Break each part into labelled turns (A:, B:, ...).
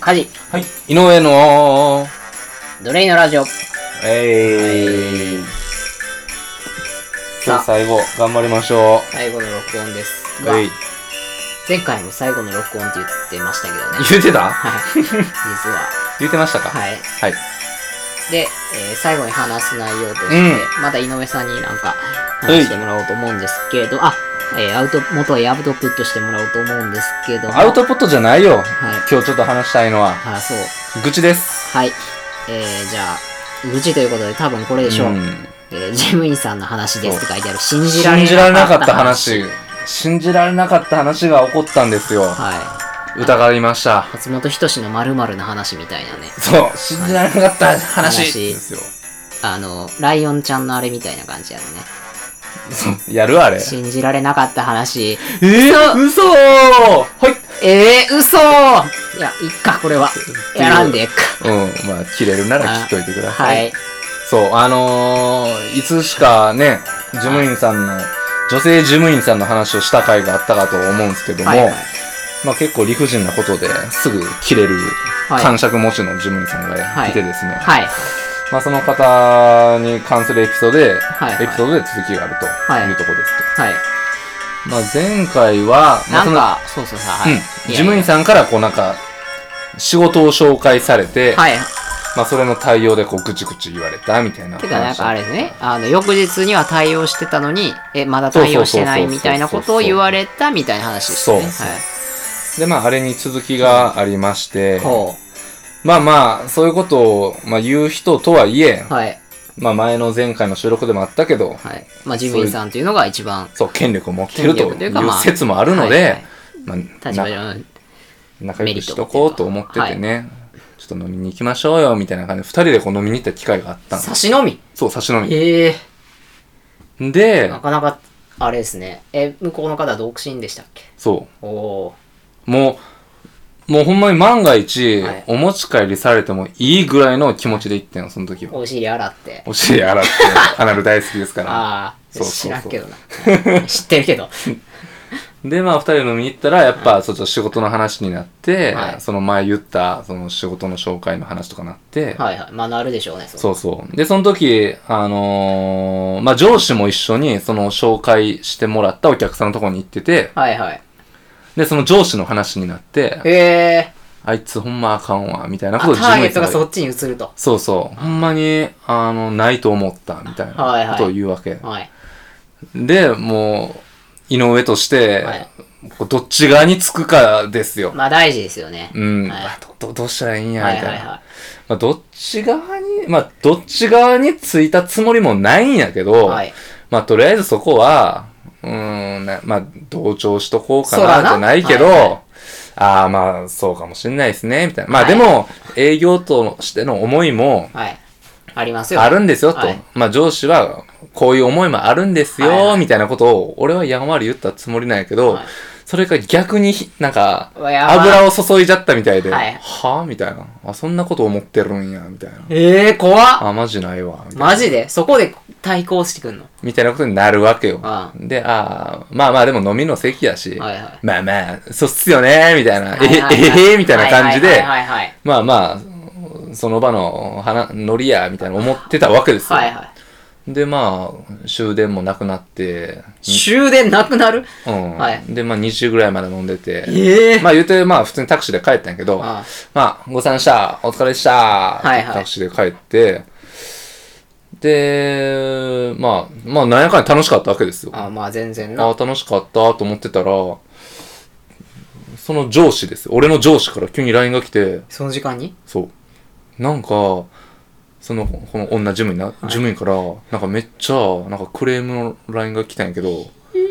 A: 家事、
B: はい。井上の、
A: 奴隷のラジオ。
B: えい。今
A: さ
B: 日
A: あ、
B: 最後、頑張りましょ
A: 最後の録音です
B: う。
A: が、
B: えい。
A: 前回も最後の録音って言ってましたけどね。
B: 言うてた
A: はい。実は。
B: 言うてましたかい。
A: はい。
B: はい。
A: で、えー最後に話す内容として、
B: う
A: まだ井上さんになんか
B: い
A: 話してもらおうと思うんですけれど、あ、えーアウト、元へアウトプットしてもらおうと思うんですけども、
B: アウトプットじゃないよ。
A: はい。
B: 今日ちょっと話したいのは、
A: あ、そう。
B: 愚痴です。
A: はい。えー、じゃあ、愚痴ということで多分これでしょう。
B: ん
A: えー、事務員さんの話ですって書いてある。信じられ
B: 信じられなかった
A: 話
B: 話。信じられなかった話が起こったんですよ。
A: はい。
B: 疑いました。
A: 松本人志の〇〇の話みたいなね。
B: そう、信じられなかった話
A: 話
B: ですよ。
A: あの、ライオンちゃんのあれみたいな感じやのね。
B: そうやるあれ。
A: 信じられなかった話。
B: えー、嘘はい。
A: えー、嘘いや、いっか、これは。やらんでえっか。
B: うん、まあ、切れるなら切っといてくださ。
A: はいい。
B: そう、あのー、いつしかね、事務員さんの、女性事務員さんの話をした回があったかと思うんですけども、
A: はいはい。
B: まあ結構理不尽なことですぐ切れる
A: はい
B: 感。触持ちの事務員さん
A: は
B: が
A: い
B: いてですね、
A: はい。
B: まあその方に関するエピソードで、
A: はい
B: エピソードで続きがあると
A: はい
B: いうところですと。
A: はい。
B: まあ前回は、ま
A: な
B: あそ
A: ん
B: の、
A: か、そうそうそう。は
B: うん
A: い。
B: 事務員さんからこうなんか、仕事を紹介されて、
A: はい。
B: まあそれの対応でこうぐちぐち言われたみたいな話。
A: てか、なんかあれですね。あの、翌日には対応してたのに、え、まだ対応してないみたいなことを言われたみたいな話でしたね。
B: そうそうで、まあ、あれに続きがありまして、
A: はい。ほ
B: まあまあ、そういうことを、まあ、言う人とはいえ
A: う。、はい。
B: まあ、前の前回の収録でもあったけど、
A: はい。まあ、事務員さんというのが一番。
B: そう、権力を持ってる
A: 権
B: と
A: 力と
B: い
A: いうかま
B: う
A: あ
B: 説もあるの
A: はいは
B: で
A: い、
B: まあ、
A: 立場
B: な
A: 上の
B: 仲良くしとこうと思っててね、ちょっと飲みに行きましょうよ、みたいな感じで、二人でこう飲みに行った機会があったの。
A: 差し飲み。
B: そう、差し飲み。
A: ええ
B: で
A: な、かなか、あれですね。え、向こうの方は独身でしたっけ
B: そ
A: おお
B: う、もう、もうほんまに万が一
A: はい、
B: お持ち帰りされてもいいぐらいの気持ちで行ってんの、その時
A: ー
B: は。
A: お尻洗って。
B: お尻洗って、アナル大好きですから。
A: ああ、
B: そうそうそう
A: 知らんけどな。 知ってるけど。
B: で、まあ、二人飲みに行ったら、やっぱ、ちょっと仕事の話になって、
A: はい
B: その前言った、その仕事の紹介の話とかなって、
A: はいはい。まあ、なるでしょうね。そう。
B: そうそう。で、その時、あのーまあ、上司も一緒に、その紹介してもらったお客さんのところに行ってて、
A: はいはい。
B: で、その上司の話になって、
A: へえ。
B: あいつほんまあかんわ、みたいな
A: あ
B: こ
A: タ
B: とを
A: ーゲットが
B: そ。
A: そうっちに移ると。
B: そうそう。ほんまに、あの、ないと思った、みたい
A: はい
B: な
A: はい
B: ことを言うわけ。
A: はい。
B: で、もう、井上として、
A: はい
B: こうどっち側につくかですよ。
A: まあ、大事ですよね。
B: うん、
A: はい
B: あどどどうしたらいいんや、み
A: はい
B: たいな。
A: はいは
B: まあ、どっち側に、まあ、どっち側についたつもりもないんやけ
A: い。
B: ど、
A: はい。
B: まあ、とりあえずそこは、うーん、なまあ、同調しとこうか
A: そうだ
B: な、
A: な
B: じゃないけど、
A: はい
B: ああ、まあ、そうかもしんないですね、みたいな。まあ、
A: はい
B: でも、営業としての思いも、
A: はい。ありますよ。
B: あるんですよ、と。
A: はい
B: まあ、上司は、こういう思いもあるんですよ、
A: はいはい
B: みたいなことを、俺はやんわり言ったつもりなんやけど、
A: はい
B: それが逆にひ、なんか、
A: うわやばい
B: 油を注いじゃったみたいで、
A: はい
B: ぁみたいな。あ、そんなこと思ってるんや、みたいな。
A: ええー、怖っ
B: あ、マジないわ。みたいな
A: マジでそこで対抗してくんの
B: みたいなことになるわけよ
A: あ。
B: で、あーまあまあでも飲みの席やし、
A: はいはい
B: まあまあ、そうっすよね、みたいな、
A: はいはい
B: え
A: は
B: へへへみたいな感じ
A: はい
B: で、
A: はいはい
B: まあまあ、その場の花、ノリや、みたいな思ってたわけですよ。
A: はい。はいはい。
B: で、まあ、終電もなくなって、
A: 終電なくなる
B: うん。
A: はい
B: で、まあ2時ぐらいまで飲んでて、
A: ええ
B: まあ言うて、まあ普通にタクシーで帰ったんやけど、
A: ああ
B: まあ、ご参した、お疲れでした、
A: いはい
B: ってタクシーで帰って、で、まあ、まあ、なんやかんや楽しかったわけですよ。あ
A: あまあ全然な。
B: あ、楽しかったと思ってたら、その上司ですよ。俺の上司から急に LINE が来て、
A: その時 間に
B: そう。なんか、その、この女事務員な、事務員から、なんかめっちゃ、なんかクレームの LINE が来たんやけど、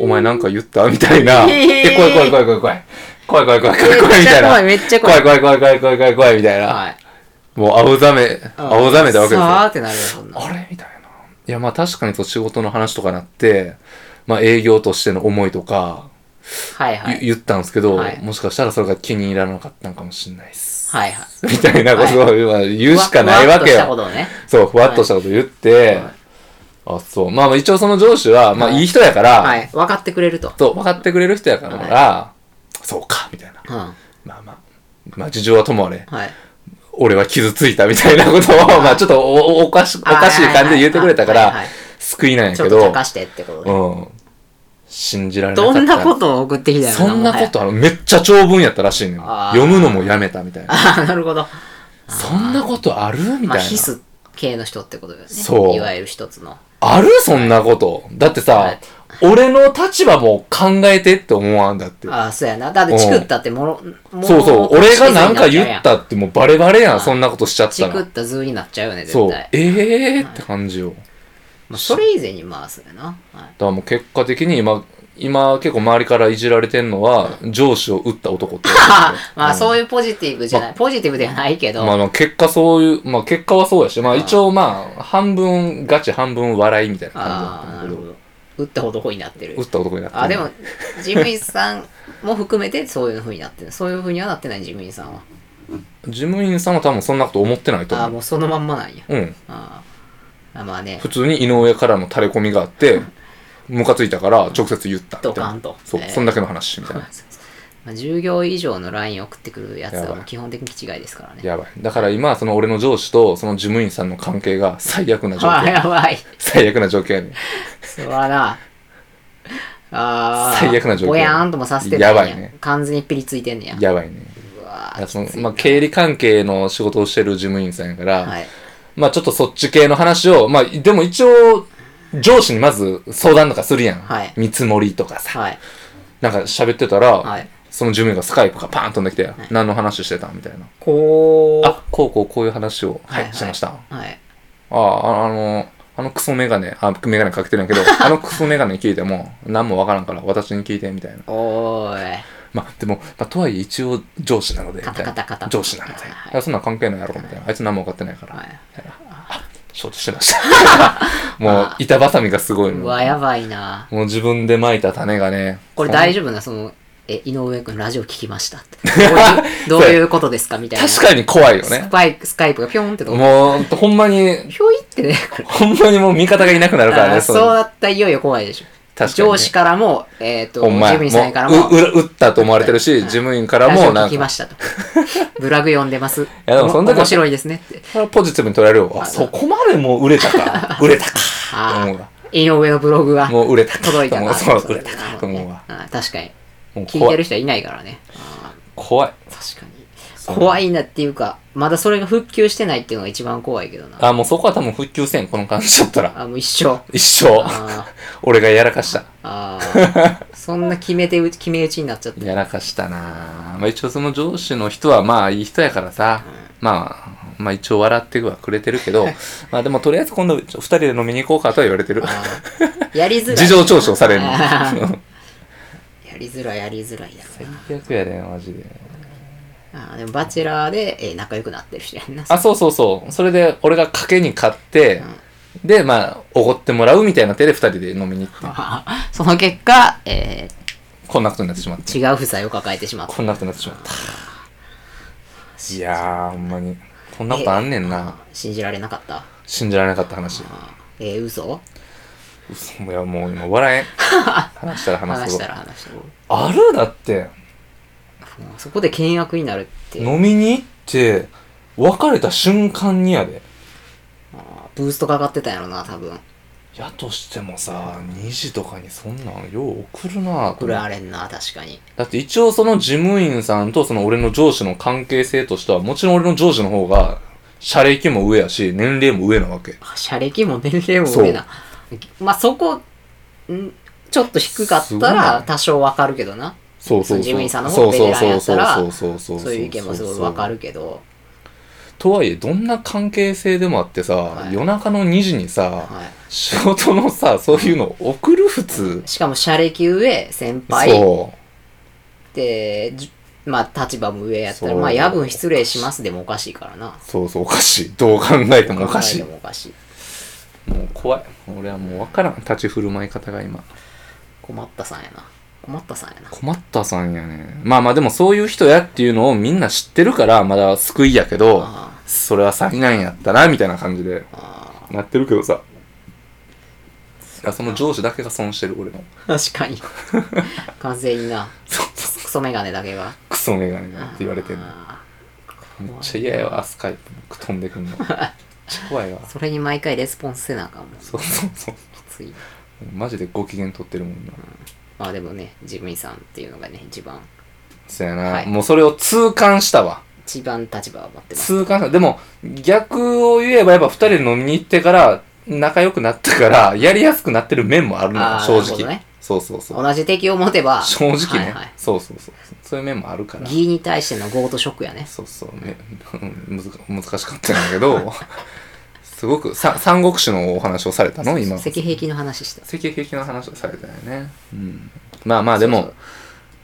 B: お前なんか言ったみたいな。
A: えー
B: え、怖い怖い怖い怖い怖い。怖い怖い怖い怖い怖
A: め
B: いみ
A: っち
B: た
A: ゃ
B: いな
A: 怖い、。めっちゃ怖
B: 怖
A: い。
B: い怖い怖い怖い怖い怖い怖いみたいな。
A: はい。
B: もう青ざめ、青ざめたわけですよ。
A: さ
B: あ
A: ーってなるよ、そん な。
B: れみたいな。いや、まあ確かにそう仕事の話とかなって、まあ営業としての思いとか、
A: はいは
B: ゆ
A: い。
B: 言ったんですけど、
A: はい
B: もしかしたらそれが気に入らなかったのかもしれないです。
A: はいはい。
B: みたいなことをまあ言うしかないわけ
A: ふわっとしたこ
B: よ。
A: とをね。
B: そう、ふわっとしたこと言って、
A: はい
B: あ、そう。まあまあ一応その上司は、まあ
A: はい
B: いい人やから、
A: はい。分かってくれると。
B: と分かってくれる人やから、そうか、みたいな。
A: うん。
B: まあまあ、まあ事情はともあれ、
A: はい。
B: 俺は傷ついたみたいなことを、まあちょっとおおかし、おかしい感じで言ってくれたか
A: あはいはい
B: ら
A: はい、
B: 救いなんや
A: ち
B: け
A: ょっ
B: ど、
A: と茶化してってことね。
B: うん。信じられなか
A: ど
B: った。
A: んなことを送ってきたよ
B: そんなことあの、めっちゃ長文やったらしいのよ。
A: あー
B: 読むのもやめたみたいな。
A: ああ、なるほど。
B: そんなことあるみ
A: ま
B: た
A: あ、
B: いな。
A: ヒス系の人ってことだよね。
B: そう
A: いわゆる一つの。
B: あるそんなこと。だって
A: は
B: さ
A: い、
B: 俺の立場も考えてって思わんだって。
A: ああ、そうやな。だってチクったってもの、も
B: そうそう。俺がなんか言っ。
A: もの
B: たってもうバレバレやん。そんなことしちゃっ
A: のチ
B: た
A: クっ
B: ら。
A: た図になっちゃうよね、
B: そ
A: 絶
B: う
A: 対。。
B: えーって感じよ。
A: まあ、それ以前にまあ、そうやな。はい
B: だからもう結果的に今、今結構周りからいじられてんのは、上司を撃った男って言われてるん
A: あ
B: ですよ。
A: まあ、そう
B: い
A: いうポジティブじゃない。ポジティブではないけど。
B: まあまあ結果そういう、まあ結果はそうやし、まあ
A: うん
B: 一応まあ、半分ガチ半分笑いみたいな
A: ああ、な
B: 感
A: る
B: じだった
A: ほ
B: んだ
A: ど。打った男になって
B: け
A: る
B: ど、撃。った男になった。
A: あ、でも、事務員さんも含めてそういう風になってる。そういう風にはなってない、事務員さんは。
B: 事務員さんは多分そんなこと思ってないと
A: ああ、
B: 思
A: もうそのまんまなんや。
B: う。うん。
A: あーあ。まあね
B: 普、通に井上からの垂れ込みがあって、ムカついたから直接言ったみたい
A: ド
B: な。
A: カンと
B: そう、
A: えー
B: そんだけの話みたいな。
A: まあ、10行以上の LINE 送ってくるやつ
B: や
A: は
B: ばい
A: 基本的に気違いですからね。
B: やばい。だから今、その俺の上司とその事務員さんの関係が最悪な状
A: ああ、
B: 況。
A: やばい。
B: 最悪な状況やねん。
A: そらな。ああ。
B: 最悪な状況
A: ぼやーんともさせてないん
B: やばいね
A: 完全にピリついてんねや。
B: やばいね。
A: うわ
B: だか
A: ー
B: らその
A: きついな
B: まあ、経理関係の仕事をしてる事務員さんやから、
A: はい。
B: まあちょっとそっち系の話を、まあでも一応、上司にまず相談とかするやん。
A: はい
B: 見積もりとかさ。
A: はい。
B: なんか喋ってたら、
A: はい。
B: その事務員がスカイプがパーン飛んできて、何の話してたみたいな。
A: こう。
B: あ、こうこうこういう話を、
A: は
B: はいい、
A: はい
B: してました。
A: はい。
B: ああ、あの、あのクソメガネ、あ、メガネかけてる んやけど、あのクソメガネ聞いても、何もわからんから、私に聞いて、みたいな。
A: おーい。
B: まあ、でも、まあ、とはいえ一応上司なので、み
A: カタ
B: たい
A: カ
B: な
A: タカタ。
B: 上司なので、
A: はい
B: いやそんなん関係ないやろ、みたいな。あいつ何も分かってないから、
A: はい
B: 承知してま した。もう、板挟みがすごいうの。
A: わ、やばいな。
B: もう自分で蒔いた種がね。
A: これ大
B: 丈
A: 丈夫な、その、え、井上くんラジオ聞きました って。どういうどういうことですかみたいな。
B: 確かに怖いよね
A: ス。パイク、スカイプがピョンってとこ、
B: もう、ほんまに、
A: ひょいってね。
B: ほんまにもう味方がいなくなるから
A: あ
B: ね、
A: ーそう
B: の
A: だったらいよいよ怖いでしょ。
B: 確かにね
A: 上司からも、えっ、と、
B: ほんま
A: 事
B: や。
A: 務員さんから
B: も
A: も
B: う、、う、う打ったと思われてるし、事務員から
A: ラジオ
B: も、な
A: 聞き、
B: んか
A: ま したと。ブラグ読んでます。
B: やでもそんだけ
A: 面白いですねって。
B: それはポジティブに捉えるよ。あ、そこまでもう売れた か。売れたか。と
A: あ
B: 思う
A: あ
B: わ。、
A: 井上のブログが
B: もう売れたか。
A: 届いた
B: と思
A: な。
B: うそう、売
A: そう
B: れたか。と思うわ。
A: あー確かに。
B: もう
A: 聞い
B: 怖
A: て
B: い。
A: る人はいないからね。あ
B: 怖い。
A: ー確かに。
B: そう
A: 怖いなっていうか、まだそれが復旧してないっていうのが一番怖いけどな。
B: あ、もうそこは多分復旧せん、この感じだったら。
A: あ、もう一生。
B: 一生、
A: あ
B: 俺がやらかした。
A: あ ー、そんな決めてう、決め打ちになっちゃって。
B: やらかしたなぁまあ一応その上司の人はまあいい人やからさ、まあ、まあ一応笑ってはくれてる けど、まあでもとりあえず今度二人で飲みに行こうかとは言われてる。
A: やりづらい。
B: 事情聴取を されるの。
A: あーやりづらい、やりづらいやろな。
B: 最悪やねマジで。
A: あーでもバチェラーで、えー仲良くなってる人やんな。
B: あ、そうそうそう。それで、俺が賭けに勝って、で、まあ、おごってもらうみたいな手で二人で飲みに行って、
A: その結果、え
B: こんなことになってしまった。
A: ー違う負債を抱えてしまった。
B: こんなことになってしまった。いやー、ほんまに。こんなことあんねんな。
A: 信じられなかった。
B: 信じられなかった話。
A: あーえー、嘘
B: 嘘いや、もう今笑え ん。話したら話
A: 話
B: す
A: し
B: ほ
A: た
B: ど。
A: ら話したら。も
B: あるだって、
A: うそこで倹約になるって、
B: 飲みに行って、別れた瞬間にやで。
A: あーブーストかかってたんやろな、多分。
B: やとしてもさ、2時とかにそんなんよう送る
A: 送
B: なぁと思って
A: られんな、確かに。
B: だって一応その事務員さんとその俺の上司の関係性としては、もちろん俺の上司の方が、社歴も上やし、年齢も上なわけ。
A: あ車歴も年齢も上な。まあ、そこ、んちょっと低かったら多少わかるけどな。
B: そうそうそう。
A: 事務員さんの方がベテランやったら
B: そうそうそうそう
A: そういう意見もすごいわか。るけど。
B: とはいえ、どんな関係性でもあってさ、
A: はい
B: 夜中の2時にさ、
A: はい
B: 仕事のさ、そういうの送る普通。
A: しかも、車歴上、先輩
B: そ
A: で、じまあ、立場も上やったら、
B: そう
A: まあ、夜分失礼しますでもおかしいからな。
B: う。そうそう、おかしい。どう考えてもおかしい
A: 考え。てもおかしい。
B: もう怖い。俺はもうわからん。立ち振る舞い方が今。
A: 困ったさんやな。困ったさんやな。
B: 困ったさんやね。まあまあでもそういう人やっていうのをみんな知ってるから、まだ救いやけど、
A: あ
B: それは災難やったな、みたいな感じで
A: あ
B: なってるけどさ。いや、その上司だけが損してる、俺の。
A: あ確か に。完全にな。
B: そう
A: クソメガネだけが。
B: クソメガネがって言われてんの。
A: ああ
B: めっちゃ嫌やわ、スカイプ飛んでく んの。めっちゃ怖いわ。
A: それに毎回レスポンスせなあかんもんき
B: そうそうそう。
A: つい
B: マジでご機嫌取ってるもんな。
A: まあでもねジムイさんっていうのがね一番
B: そやな、
A: はい
B: もうそれを痛感したわ。
A: 一番立場を持ってます
B: 痛感した。でも、逆を言えばやっぱ二人で飲みに行ってから、仲良くなったから、やりやすくなってる面もあるのよ
A: あー
B: 正
A: なるほ
B: 直、
A: どね
B: そうそうそう。
A: 同じ敵を持てば
B: 正直ね、
A: はいはい
B: そうそうそう。そういう面もあるから。
A: 義に対してのゴートショックやね
B: そうそう、め むずか難しかったんだけど、 すごく、さ三国志のお話をされたの今。
A: 赤壁の話した
B: 赤壁の話をされたよね。うん。まあまあでも、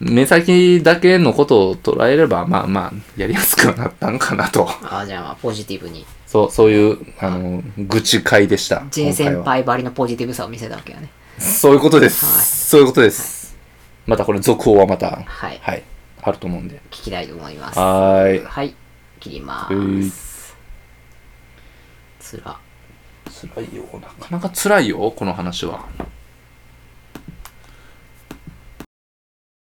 B: 目先だけのことを捉えれば、まあまあ、やりやすくはなったんかなと。
A: ああじゃあまあポジティブに
B: そう、そういう、あの、愚痴会でした。
A: 人先
B: 今回は
A: 輩ばりのポジティブさを見せたわけやね
B: そういうことです。
A: はい
B: そういうことです。またこれ続報はまた、
A: はい
B: はい、あると思うんで。
A: 聞きたいと思います
B: はーい。
A: はい切りま
B: う
A: ー
B: い
A: すつら
B: 辛いよ。なかなか辛いよ、この話は。